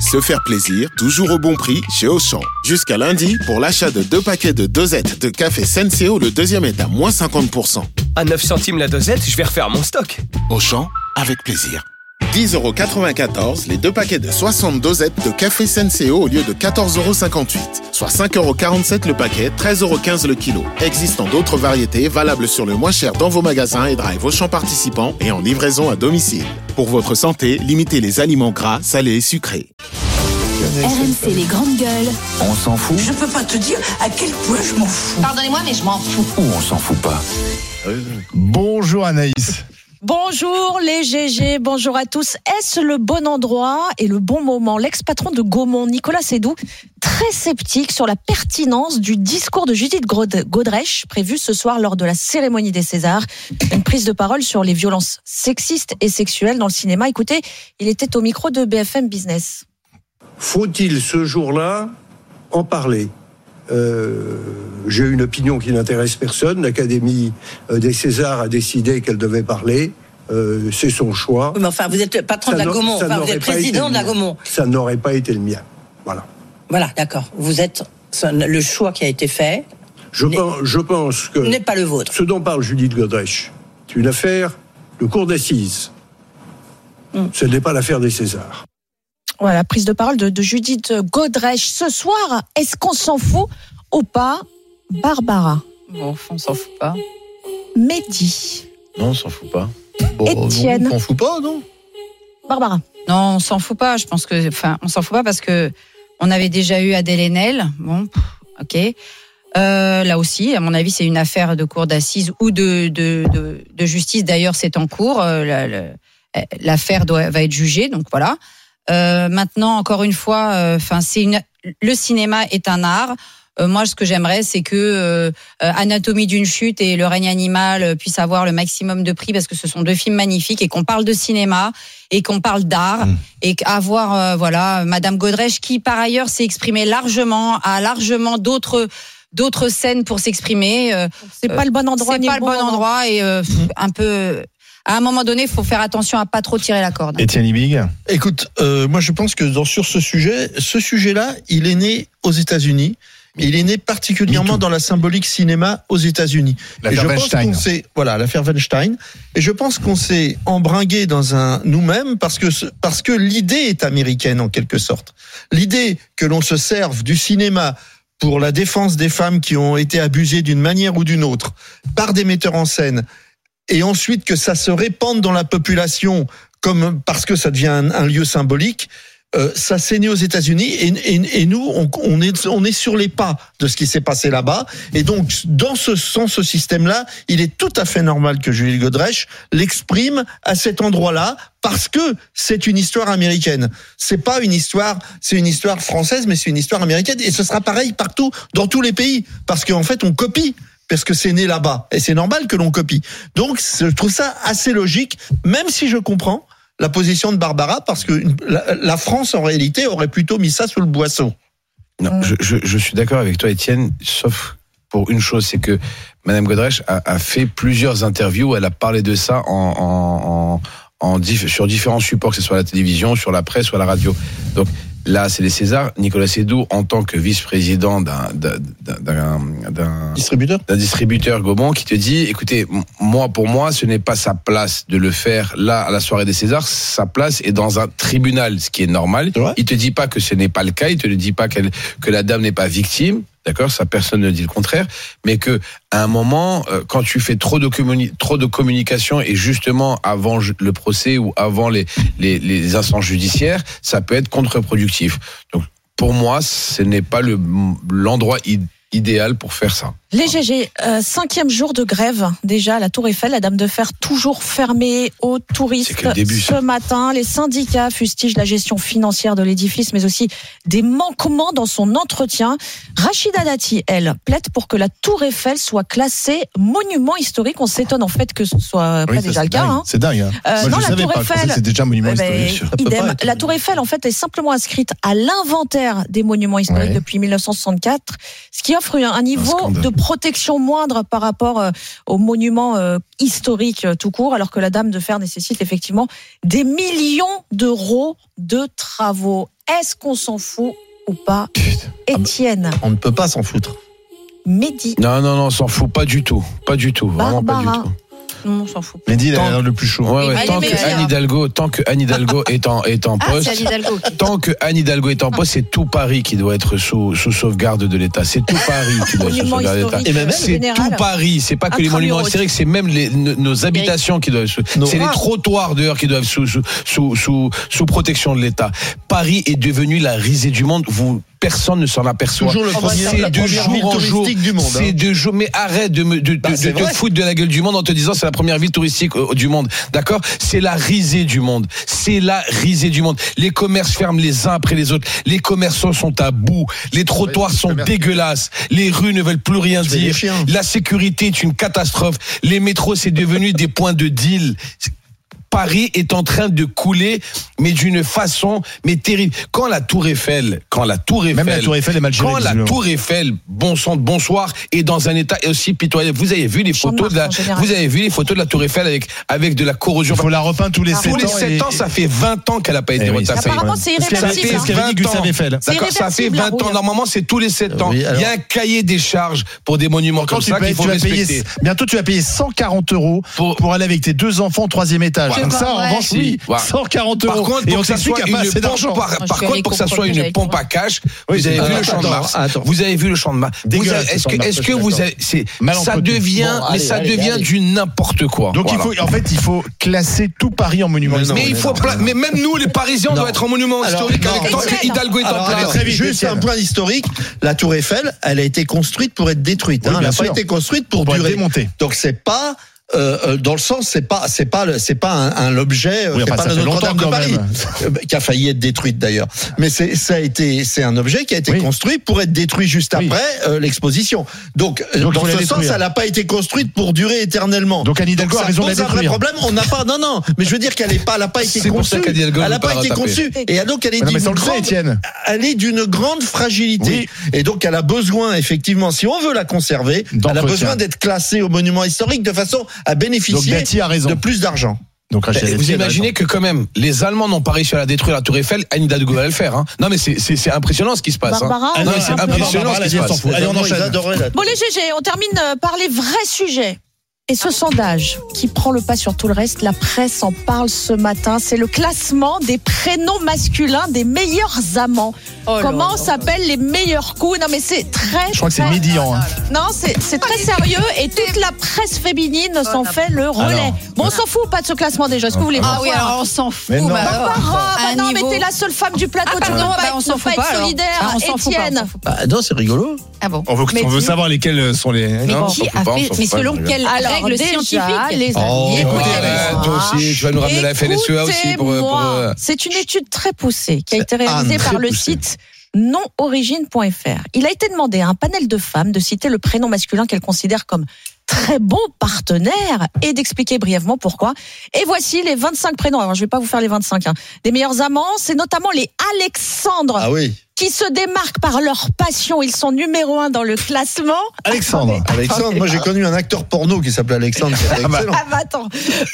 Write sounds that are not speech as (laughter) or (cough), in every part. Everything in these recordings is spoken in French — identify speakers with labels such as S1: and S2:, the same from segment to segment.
S1: se faire plaisir, toujours au bon prix chez Auchan. Jusqu'à lundi, pour l'achat de deux paquets de dosettes de café Senseo, le deuxième est à moins 50%.
S2: À 9 centimes la dosette, je vais refaire mon stock.
S1: Auchan, avec plaisir. 10,94€ les deux paquets de 60 dosettes de café Senseo au lieu de 14,58€, soit 5,47€ le paquet, 13,15€ le kilo. Existant d'autres variétés valables sur le moins cher dans vos magasins et drive Auchan participants et en livraison à domicile. Pour votre santé, limitez les aliments gras, salés et sucrés.
S3: RMC les grandes gueules.
S4: On s'en fout
S5: Je peux pas te dire à quel point je m'en fous.
S6: Pardonnez-moi, mais je m'en fous.
S4: ou on s'en fout pas
S7: Bonjour Anaïs.
S8: Bonjour les GG, bonjour à tous. Est-ce le bon endroit et le bon moment L'ex-patron de Gaumont, Nicolas Sédou, très sceptique sur la pertinence du discours de Judith Grod- Godrèche prévu ce soir lors de la cérémonie des Césars. Une prise de parole sur les violences sexistes et sexuelles dans le cinéma. Écoutez, il était au micro de BFM Business.
S9: Faut-il ce jour-là en parler Euh, J'ai une opinion qui n'intéresse personne. L'Académie euh, des Césars a décidé qu'elle devait parler. Euh, C'est son choix.
S5: Oui, mais enfin, vous êtes le patron
S9: Ça
S5: de la
S9: n'a-
S5: Gaumont,
S9: ça
S5: enfin, vous
S9: n'aurait
S5: êtes
S9: pas été
S5: président
S9: le
S5: de la
S9: mien.
S5: Gaumont.
S9: Ça n'aurait pas été le mien. Voilà.
S5: Voilà, d'accord. Vous êtes c'est le choix qui a été fait
S9: Je,
S5: Mais-
S9: pense, je pense que
S5: n'est pas le vôtre.
S9: ce dont parle Judith Godrèche, c'est une affaire de cour d'assises.
S5: Mm.
S9: Ce n'est pas l'affaire des Césars.
S8: Voilà, prise de parole de, de Judith Godrèche ce soir. Est-ce qu'on s'en fout ou pas Barbara,
S10: Bon, on s'en fout pas.
S8: Mehdi,
S7: Non, on s'en fout pas.
S8: Étienne.
S7: on s'en fout pas, non
S8: Barbara.
S10: Non, on s'en fout pas. Je pense que, enfin, on s'en fout pas parce que on avait déjà eu Adèle Haenel. Bon, pff, ok. Euh, là aussi, à mon avis, c'est une affaire de cour d'assises ou de, de, de, de justice. D'ailleurs, c'est en cours. Euh, la- la- euh, L'affaire doit- va être jugée, donc voilà. Euh, maintenant, encore une fois, euh, enfin, c'est une. Le cinéma est un art. Euh, moi, ce que j'aimerais, c'est que euh, euh, Anatomie d'une chute et Le règne animal euh, puissent avoir le maximum de prix parce que ce sont deux films magnifiques et qu'on parle de cinéma et qu'on parle d'art
S11: Mm.
S10: et qu'avoir euh, voilà Madame Godrèche qui par ailleurs s'est exprimée largement a largement d'autres d'autres scènes pour s'exprimer. euh,
S8: C'est
S10: Euh,
S8: pas le bon hein. endroit.
S10: c'est
S8: ni
S10: pas le bon
S8: moment.
S10: endroit et euh,
S11: Mm.
S10: pff, un peu. À un moment donné, il faut faire attention à pas trop tirer la corde.
S7: Étienne Libig.
S12: Écoute, euh, moi je pense que dans, sur ce sujet, ce sujet-là, il est né aux États-Unis. Et Il est né particulièrement
S7: MeToo.
S12: dans la symbolique cinéma aux États-Unis. Et
S7: L'affaire
S12: je pense
S7: Weinstein.
S12: qu'on s'est- voilà, l'affaire Weinstein. Et je pense qu'on s'est embringué dans un nous-mêmes parce que ce- parce que l'idée est américaine en quelque sorte. L'idée que l'on se serve du cinéma pour la défense des femmes qui ont été abusées d'une manière ou d'une autre par des metteurs en scène et ensuite que ça se répande dans la population comme parce que ça devient un, un lieu symbolique. euh, ça s'est né aux États-Unis et, et- et nous on, on est on est sur les pas de ce qui s'est passé là-bas et donc dans ce sens ce système-là il est tout à fait normal que Julie Godrèche l'exprime à cet endroit-là parce que c'est une histoire américaine c'est pas une histoire c'est une histoire française mais c'est une histoire américaine et ce sera pareil partout dans tous les pays parce qu'en fait on copie parce que c'est né là-bas et c'est normal que l'on copie. Donc je trouve ça assez logique, même si je comprends la position de Barbara parce que une- la, la France en réalité aurait plutôt mis ça sous le boisseau.
S8: Mm.
S11: Non, je, je, je suis d'accord avec toi, Étienne, sauf pour une chose, c'est que Madame Godrèche a, a fait plusieurs interviews, elle a parlé de ça en, en, en, en diff- sur différents supports, que ce soit à la télévision, sur la presse ou à la radio. Donc là, c'est les Césars. Nicolas Sédou, en tant que vice-président d'un d'un- d'un- d'un- d'un-
S12: Distributeur
S11: d'un distributeur Gaumont qui te dit écoutez, m- moi, pour moi, ce n'est pas sa place de le faire là à la soirée des Césars. Sa place est dans un tribunal, ce qui est normal.
S12: C'est vrai
S11: Il te dit pas que ce n'est pas le cas. Il te ne dit pas qu'elle- que la dame n'est pas victime. D'accord, ça personne ne dit le contraire, mais que à un moment, euh, quand tu fais trop de communi- trop de communication et justement avant ju- le procès ou avant les les, les instances judiciaires, ça peut être contre-productif. Donc pour moi, ce n'est pas le l'endroit id- idéal pour faire ça.
S8: Les GG, euh, cinquième jour de grève déjà à la Tour Eiffel, la Dame de Fer toujours fermée aux touristes
S11: C'est que le début,
S8: ce matin. Les syndicats fustigent la gestion financière de l'édifice, mais aussi des manquements dans son entretien. Rachida Dati, elle, plaide pour que la Tour Eiffel soit classée monument historique. On s'étonne en fait que ce soit pas
S7: Oui, ça,
S8: déjà
S7: c'est
S8: le cas.
S7: dingue.
S8: hein.
S12: C'est dingue. hein.
S8: Euh,
S7: Moi,
S8: non,
S7: je
S8: la
S7: savais
S8: Tour
S7: pas. je pensais
S8: Eiffel,
S7: que C'est déjà un monument
S8: eh ben,
S7: historique.
S12: Ça peut pas
S8: idem.
S12: être-
S8: La Tour Eiffel, en fait, est simplement inscrite à l'inventaire des monuments historiques
S7: Ouais.
S8: depuis 1964, ce qui offre un, un niveau
S11: scandale.
S8: de protection moindre par rapport euh, aux monuments euh, historiques euh, tout court, alors que la Dame de Fer nécessite effectivement des millions d'euros de travaux. Est-ce qu'on s'en fout ou pas
S11: Ah
S8: Étienne,
S12: On ne peut pas s'en foutre.
S8: Mehdi,
S11: Non, non, non, on s'en fout pas du tout. Pas du tout. Vraiment pas du
S8: Barbara.
S11: tout.
S10: Non, on s'en fout.
S12: Mehdi, il a
S11: Tant-
S12: l'air le plus chaud.
S11: Ouais, ouais,
S10: Allez,
S11: tant, que
S10: Mehdi,
S11: Anne
S10: alors.
S11: Hidalgo, tant que Anne
S8: (laughs)
S11: Hidalgo est en, est en
S10: Ah,
S11: poste,
S10: c'est Anne Hidalgo. qui-
S11: tant que Anne Hidalgo est en poste, c'est tout Paris qui doit être sous, sous sauvegarde de l'État. C'est tout Paris qui doit être sous
S8: monument
S11: sauvegarde de l'État.
S8: historique
S12: Et même
S8: euh,
S12: elle,
S11: C'est
S8: général.
S11: tout Paris, c'est pas que les
S8: Intramuros. Ah.
S11: monuments historiques, c'est même les- nos- nos habitations qui doivent sous,
S12: Nos
S11: c'est les
S12: rois.
S11: trottoirs dehors qui doivent sous, sous, sous, sous, sous protection de l'État. Paris est devenu la risée du monde. Vous, personne ne s'en aperçoit.
S12: Toujours le premier,
S11: C'est
S12: la
S11: de
S12: première
S11: jour
S12: ville
S11: en jour.
S12: touristique du monde. hein.
S11: C'est de jour. Mais arrête de me de, de-
S12: Bah, c'est
S11: de te
S12: vrai.
S11: foutre de la gueule du monde en te disant c'est la première ville touristique euh, du monde. D'accord C'est la risée du monde. C'est la risée du monde. Les commerces ferment les uns après les autres. Les commerçants sont à bout. Les trottoirs
S7: les
S11: sont
S7: commerces-
S11: dégueulasses. Les rues ne veulent plus rien
S12: fais des
S11: dire.
S12: chiens.
S11: La sécurité est une catastrophe. Les métros c'est devenu des (laughs) points de deal. Paris est en train de couler, mais d'une façon, mais terrible. Quand la Tour Eiffel, quand la Tour Eiffel,
S12: Même la Tour Eiffel est mal gérée,
S11: quand la
S12: visiblement.
S11: Tour Eiffel, bon sang de bonsoir, est dans un état aussi pitoyable. Vous avez vu les
S8: J'en
S11: photos de la,
S8: marche, en général.
S11: vous avez vu les photos de la Tour Eiffel avec avec de la corrosion.
S12: Il faut la repeindre tous les
S8: Ah,
S12: 7
S11: Tous les
S12: ans.
S11: 7
S12: et-
S11: ans, ça fait 20 ans qu'elle n'a pas été
S12: Eh oui,
S11: retracée.
S8: Apparemment, c'est
S12: C'est ce qu'avait-
S8: irréversible.
S12: c'est ce
S8: hein.
S12: qu'avait dit Gustave Eiffel.
S8: C'est
S11: D'accord, ça fait
S8: irréversible, la
S11: 20 ans.
S8: rouille.
S11: Normalement, c'est tous les 7 ans.
S12: Euh, Oui,
S11: Il y a
S12: alors-
S11: un cahier des charges pour des monuments
S12: Quand
S11: comme
S12: tu,
S11: ça
S12: payes,
S11: qu'il faut
S12: tu vas payer,
S11: respecter.
S12: bientôt tu vas payer 140 euros
S11: Pour-
S12: pour, aller avec tes deux enfants au troisième étage.
S11: Ouais.
S12: Donc
S10: C'est
S12: ça,
S10: pas
S12: en
S10: vrai.
S12: revanche, oui,
S11: Ouais.
S12: 140
S11: Par
S12: euros.
S11: contre,
S12: Et
S11: pour
S12: on
S11: que ça
S12: s'explique
S11: soit
S12: qu'il n'y a pas
S11: une
S12: assez
S11: pompe,
S12: d'argent.
S11: par,
S10: Moi, je
S11: par
S10: suis allée
S11: contre, pour que ça soit
S10: comprendre,
S11: une
S10: j'allais
S11: pompe à
S10: comprendre.
S11: cash,
S12: Oui,
S11: vous avez
S12: attends,
S11: vu le champ de
S12: attends,
S11: Mars.
S12: attends.
S11: Vous avez vu le champ de Mars. Vous
S12: Dégueulasse,
S11: avez-
S12: le
S11: Est-ce
S12: Champ de
S11: que,
S12: Mars,
S11: est-ce
S12: je
S11: que
S12: suis
S11: vous
S12: d'accord.
S11: avez, c'est,
S12: Mal
S11: ça
S12: entretenu.
S11: devient,
S12: Bon,
S11: mais
S12: allez,
S11: ça
S12: allez,
S11: devient
S12: allez.
S11: du n'importe quoi.
S12: Donc
S11: Voilà.
S12: il faut, en fait, il faut classer tout Paris en monument.
S11: Mais, il faut pla- mais même nous, les Parisiens, on
S12: Non.
S11: doit être en monument
S12: Alors,
S11: historique
S12: non.
S11: avec tant que
S8: Excellent.
S11: Hidalgo est en
S12: Alors, allez,
S11: place.
S12: très vite, juste un point historique, la Tour Eiffel, elle a été construite pour être détruite. Oui, hein. elle bien n'a pas sûr. été construite pour, Pour être durer. démontée. Donc c'est pas euh, euh, dans le sens, c'est pas, c'est pas, le- c'est pas un, un objet, euh, Oui, c'est enfin, pas ça la fait Notre-Dame de longtemps quand Paris même. euh, qui a failli être détruite d'ailleurs. Mais c'est, ça a été, c'est un objet qui a été Oui. construit pour être détruit juste Oui. après euh, l'exposition. Donc, euh, Donc, il dans faut la ce sens, détruire. elle n'a pas été construite pour durer éternellement. Donc Anne Hidalgo a ça raison de la pose un vrai détruire. problème. On n'a pas, non, non. Mais je veux dire qu'elle est pas, elle n'a pas été
S11: C'est pour ça
S12: conçue.
S11: qu'Anne Hidalgo
S12: elle
S11: ne
S12: n'a
S11: peut
S12: pas
S11: pas
S12: été
S11: rattraper.
S12: conçue. Et donc elle est Mais non, mais d'une ça, on le sait, grande- Étienne. elle est d'une grande fragilité. Et donc, elle a besoin, effectivement, si on veut la conserver, elle a D'entretien. besoin d'être classée au monument historique de façon à Donc bénéficier Dati a de raison. plus d'argent.
S7: Donc Rachel
S11: Et
S7: Dati,
S11: Vous
S7: elle a
S11: imaginez que quand même, les Allemands n'ont pas réussi à la détruire, la Tour Eiffel, Anne Hidalgo va le faire. hein. Non mais c'est- c'est c'est impressionnant ce qui se passe. hein.
S8: Barbara,
S11: Non, mais
S8: on
S11: c'est
S8: va un peu-
S11: impressionnant ce qui se passe.
S12: Allez, on enchaîne.
S8: Bon les GG, on termine euh, par les vrais sujets. Et ce sondage qui prend le pas sur tout le reste, la presse en parle ce matin, c'est le classement des prénoms masculins des meilleurs amants.
S10: Oh là
S8: Comment
S10: là.
S8: s'appellent les meilleurs coups Non mais c'est très...
S12: Je crois que c'est
S8: très-
S12: médian. hein.
S8: Non, c'est c'est très
S10: Ah,
S8: sérieux et toute la presse féminine s'en fait le relais.
S12: Alors.
S8: bon, on s'en fout pas de ce classement déjà, est-ce que vous voulez
S10: Oh, Ah
S8: pas
S10: oui,
S8: voir
S10: alors on s'en fout.
S12: Mais non.
S10: bah alors.
S8: Barbara, bah
S10: À un
S8: non, mais
S10: niveau-
S8: t'es la seule femme du plateau,
S10: Ah,
S8: tu ne
S10: pardon,
S8: dois
S10: bah,
S8: pas,
S10: on
S8: être-
S10: s'en
S8: ne
S10: fout
S8: pas
S10: pas,
S8: être
S10: alors. Ah,
S8: solidaire.
S10: on s'en fout pas, on
S8: Étienne,
S10: s'en fout
S11: Bah,
S10: pas.
S12: non, c'est rigolo.
S10: Ah bon
S7: On veut,
S8: Mais
S7: on veut
S8: qui-
S7: savoir lesquels sont les.
S10: Mais
S11: on
S10: qui
S11: s'en
S10: a
S11: fout pas, on
S10: fait
S11: s'en
S10: Mais
S11: fout pas,
S10: selon
S11: je
S10: quelles
S8: Alors,
S10: règles
S8: déjà,
S10: scientifiques
S8: les amis,
S12: Oh,
S8: écoutez,
S11: Ouais, euh, toi aussi, tu vas nous ramener la FNSEA aussi pour, euh, pour,
S8: Écoutez-moi.
S11: euh,
S8: C'est une étude très poussée qui a été
S12: Ah,
S8: réalisée
S12: très
S8: par le
S12: poussée.
S8: site nonorigine.fr. Il a été demandé à un panel de femmes de citer le prénom masculin qu'elles considèrent comme très bon partenaire et d'expliquer brièvement pourquoi. Et voici les 25 prénoms. Alors, je vais pas vous faire les 25. Hein. Des meilleurs amants, c'est notamment les Alexandre
S12: Ah oui.
S8: qui se démarquent par leur passion. Ils sont numéro un dans le classement.
S12: Alexandre. Alexandre. Moi, j'ai connu un acteur porno qui s'appelait Alexandre. C'était excellent.
S8: Ah bah attends,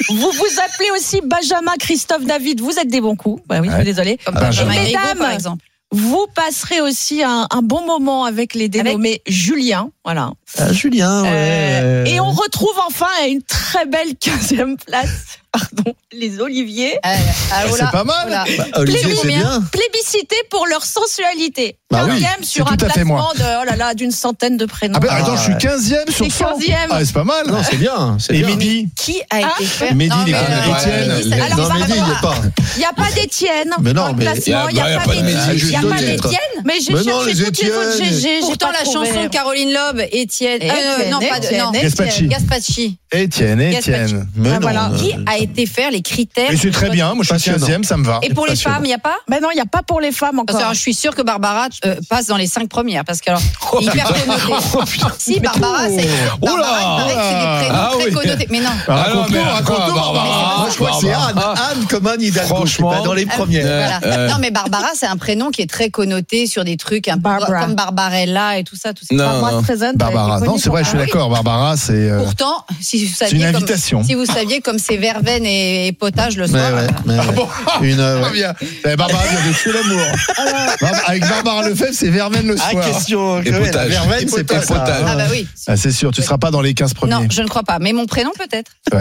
S8: vous vous appelez aussi Benjamin, Christophe, David, vous êtes des bons coups. Bah oui, je suis désolée.
S10: Comme
S7: Ah,
S10: Benjamin
S8: j'adore.
S10: Griveaux,
S8: Mesdames.
S10: par exemple.
S8: Vous passerez aussi un, un bon moment avec les dénommés Julien, voilà.
S12: Ah, Julien, ouais.
S8: Euh, et on retrouve enfin à une très belle 15e place, (laughs) pardon, les Olivier.
S10: Ah, ah, oh là,
S12: C'est pas mal.
S10: oh là.
S12: Bah,
S11: Euh,
S12: Olivier,
S8: Plébi-
S12: c'est bien.
S8: Plébiscités pour leur sensualité.
S12: Bah oui,
S8: 15e sur
S12: c'est
S8: un
S12: tout à fait
S8: classement de, oh là là, d'une centaine de prénoms.
S12: Ah bah,
S8: Ah.
S12: attends, je suis
S7: 15ème
S8: sur C'est 100. 15e. Ah,
S7: c'est pas mal.
S12: Non, c'est bien. c'est
S7: Et
S12: bien.
S7: midi
S10: Qui a été fait
S7: Mehdi,
S10: Non,
S7: les
S10: mais,
S7: gars,
S10: euh,
S8: Ah,
S7: Étienne,
S10: Mehdi, ça-
S8: les-
S10: alors,
S12: non,
S8: par
S12: Mehdi, il
S8: rapport
S12: n'y
S8: à-
S12: a pas.
S8: Il n'y a pas d'Étienne
S12: Mais non,
S8: dans le
S12: mais- Ah,
S8: classement, Ah, bah, il
S11: y
S8: n'y
S11: a-
S8: a,
S11: y a
S8: pas
S11: pas de
S8: d'Étienne.
S11: Mehdi,
S8: Il n'y a
S12: juste
S8: pas
S12: deux lettres.
S8: d'Étienne Mais j'ai
S12: Mais non,
S8: cherché
S12: les
S8: toutes les autres
S12: Étienne.
S8: GG. j'ai
S10: Pourtant,
S8: pas
S10: la
S8: trouvé.
S10: chanson de Caroline Loeb, Étienne. euh,
S8: Étienne,
S10: non, pas de.
S8: Étienne,
S10: non,
S7: Gaspacci.
S10: Gaspacci.
S7: Étienne, Étienne.
S12: Mais
S8: Ah,
S12: non,
S8: voilà.
S12: euh,
S10: Qui a été faire les critères
S7: Mais c'est très bien, moi je suis
S12: Passionnant.
S7: 15ème, ça me va.
S10: Et pour les
S12: passionnant.
S10: femmes, il n'y a pas Ah,
S8: Ben non, il n'y a pas pour les femmes
S10: Parce que,
S8: encore.
S10: alors, je suis sûre que Barbara euh, passe dans les cinq premières parce que alors c'est hyper connoté. si Barbara, c'est
S11: Oh là
S10: Barbara, il paraît que c'est des prénoms
S11: Ah
S10: très
S11: oui.
S10: connotés. Mais non.
S12: Bah,
S7: Ah,
S11: Alors,
S7: raconte-nous,
S11: mais
S7: raconte-nous,
S11: quoi, Barbara
S12: Moi, je crois que c'est Anne.
S11: Ah.
S12: Anne comme Anne Hidalgo.
S11: Franchement.
S12: c'est pas dans les
S10: Ah,
S12: premières.
S10: voilà.
S11: Euh, euh.
S10: Non mais Barbara, c'est un prénom qui est très connoté sur des trucs un peu
S8: Barbara.
S10: comme Barbarella et tout ça. Tout ça.
S5: Non,
S10: Barbara
S8: Hein.
S5: non.
S10: Streisand, elle
S8: bah,
S10: était
S12: Barbara.
S10: connue
S12: Non, c'est
S10: pour-
S12: vrai, je suis
S10: Ah oui.
S12: d'accord. Barbara, c'est. euh,
S10: Pourtant, si vous
S12: C'est
S10: saviez,
S12: une
S10: comme-
S12: invitation.
S10: si vous saviez comme c'est verveine et, et potage le
S11: Mais
S10: soir.
S11: ouais,
S10: euh,
S11: mais ouais. Une, euh, ouais.
S12: bien. Eh, Barbara vient de tuer l'amour. Barba- Avec Barbara Lefebvre, c'est Verveine le
S11: Ah,
S12: soir.
S11: question.
S5: Et
S11: Joël,
S5: potage.
S11: la verveine,
S5: Et
S11: c'est pas
S5: potage.
S11: ça.
S5: Et potage.
S10: Ah bah oui.
S12: Ah, c'est sûr, tu seras pas dans les 15 premiers.
S10: Non, je ne crois pas. Mais mon prénom peut-être.
S12: Ouais.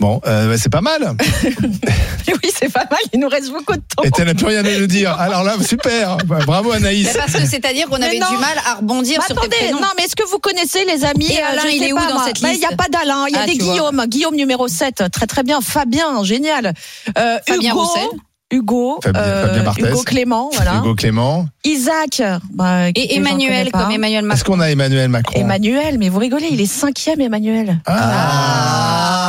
S12: Bon, euh, bah, c'est pas mal.
S8: (laughs) Oui, c'est pas mal, il nous reste beaucoup de temps.
S12: Et tu n'as plus rien à nous dire. Alors là, super. Bah, bravo Anaïs.
S10: Mais parce que c'est-à-dire qu'on
S8: Mais
S10: avait
S8: non.
S10: du mal à rebondir
S8: Mais
S10: sur tes
S8: Bah, attendez,
S10: prénoms.
S8: non, mais est-ce que vous connaissez les amis
S10: Et
S8: euh,
S10: Alain,
S8: je
S10: il
S8: sais
S10: est où
S8: pas,
S10: dans
S8: moi.
S10: cette
S8: Bah, Il n'y a
S10: liste
S8: pas d'Alain, il y a
S10: Ah,
S8: des
S10: tu vois.
S8: Guillaume. Guillaume numéro 7, très très bien. Fabien, génial. Euh,
S10: Fabien
S8: Hugo,
S10: Roussel.
S8: Hugo, euh,
S12: Fabien- Fabien Barthez.
S8: Hugo Clément, voilà.
S12: Hugo Clément.
S8: Isaac. bah, écoutez,
S10: Et
S8: j'en connais
S10: Emmanuel,
S8: pas.
S10: comme Emmanuel
S12: Est-ce
S10: Macron.
S12: qu'on a Emmanuel Macron Ah.
S8: Emmanuel, mais vous rigolez, il est cinquième Emmanuel.
S10: Ah.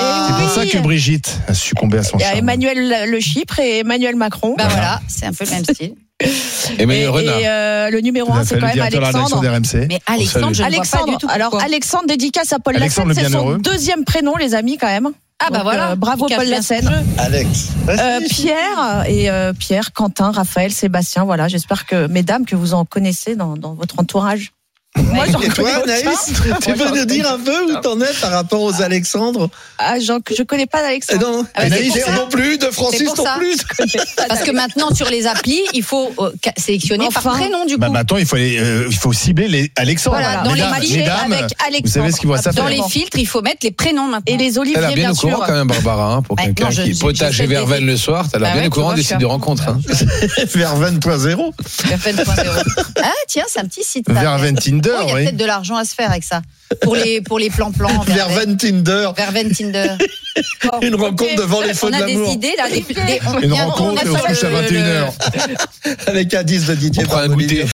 S12: C'est
S8: Eh
S12: pour ça
S8: oui.
S12: que Brigitte a succombé à son
S8: Il y a
S12: charme.
S8: Emmanuel Le Chypre et Emmanuel Macron.
S10: Bah voilà, c'est un peu le même style.
S8: et
S5: Emmanuel Renard.
S8: et, euh, le numéro
S12: Tout à
S8: un,
S12: fait,
S8: c'est
S12: le
S8: quand même
S12: directeur de la rédaction
S8: Alexandre.
S12: d'RMC.
S10: Mais Alexandre, je ne vois pas du
S8: Alexandre,
S10: tout.
S8: alors
S10: pourquoi.
S8: Alexandre dédicace à Paul
S12: Alexandre
S8: Lassène, c'est
S12: le
S8: son
S12: bienheureux.
S8: deuxième prénom, les amis, quand même.
S10: Ah bah
S8: Donc,
S10: voilà.
S8: euh, bravo
S10: Il cache
S8: Paul
S10: bien
S8: Lassène.
S10: son jeu.
S11: Alex.
S8: Euh, Pierre et euh, Pierre, Quentin, Raphaël, Sébastien, voilà. J'espère que mesdames que vous en connaissez dans, dans votre entourage. Moi, j'en
S11: Et toi,
S8: connais
S11: Anaïs,
S8: aucun.
S11: tu
S8: Moi,
S11: peux
S8: j'en
S11: nous dire
S8: connais-
S11: un peu où t'en es par rapport aux Alexandres
S8: Ah, j'en- je connais pas
S11: Eh
S8: d'Alexandre.
S11: Non,
S10: Ah bah,
S11: Anaïs
S10: c'est pour ça.
S11: non plus, de Francis
S10: C'est pour
S11: non
S10: ça.
S8: (laughs)
S11: plus.
S10: Parce que maintenant, sur les applis, il faut euh, ca- sélectionner par
S8: Enfin.
S10: prénom, du coup.
S12: Bah maintenant, il faut, aller, euh, il faut cibler les Alexandre.
S10: Voilà, dans les
S12: mesdames,
S10: marchés
S12: mesdames,
S10: avec
S12: vous savez ce qu'il voit ça
S10: Dans
S12: faire.
S10: les filtres, il faut mettre les prénoms maintenant.
S8: Et les oliviers,
S5: Elle a bien
S8: bien
S5: au courant
S8: sûr.
S5: quand même, Barbara, hein, pour
S10: Bah,
S5: quelqu'un
S10: non, je-
S5: qui
S10: je-
S5: potage
S12: Ah,
S10: j'essaie
S5: et
S10: de
S5: verveine
S10: l'aider.
S5: le soir. Elle a
S10: Bah
S5: bien
S10: ouais, tu
S5: au courant
S10: vois,
S5: des
S10: je suis
S5: sites de
S10: un-
S5: rencontres. hein.
S11: Vers 20.0.
S10: Verveine.0. Ah tiens, c'est un petit site. ça.
S12: Verven Tinder,
S10: Oh, Il y a
S5: Ah
S12: oui.
S10: peut-être de l'argent à se faire avec ça. Pour les pour les plans plans.
S11: Verven Tinder.
S10: Verven Tinder.
S11: Une rencontre devant les feux
S10: On
S11: de
S10: a des
S11: l'amour.
S10: idées là. Des, des- on-
S12: Une
S10: on- on
S12: rencontre
S10: a
S12: et on
S10: sur
S12: couche à
S10: le-
S12: 21h.
S11: Avec un 10 de Didier
S5: On prend un
S11: Barboli.
S5: goûter.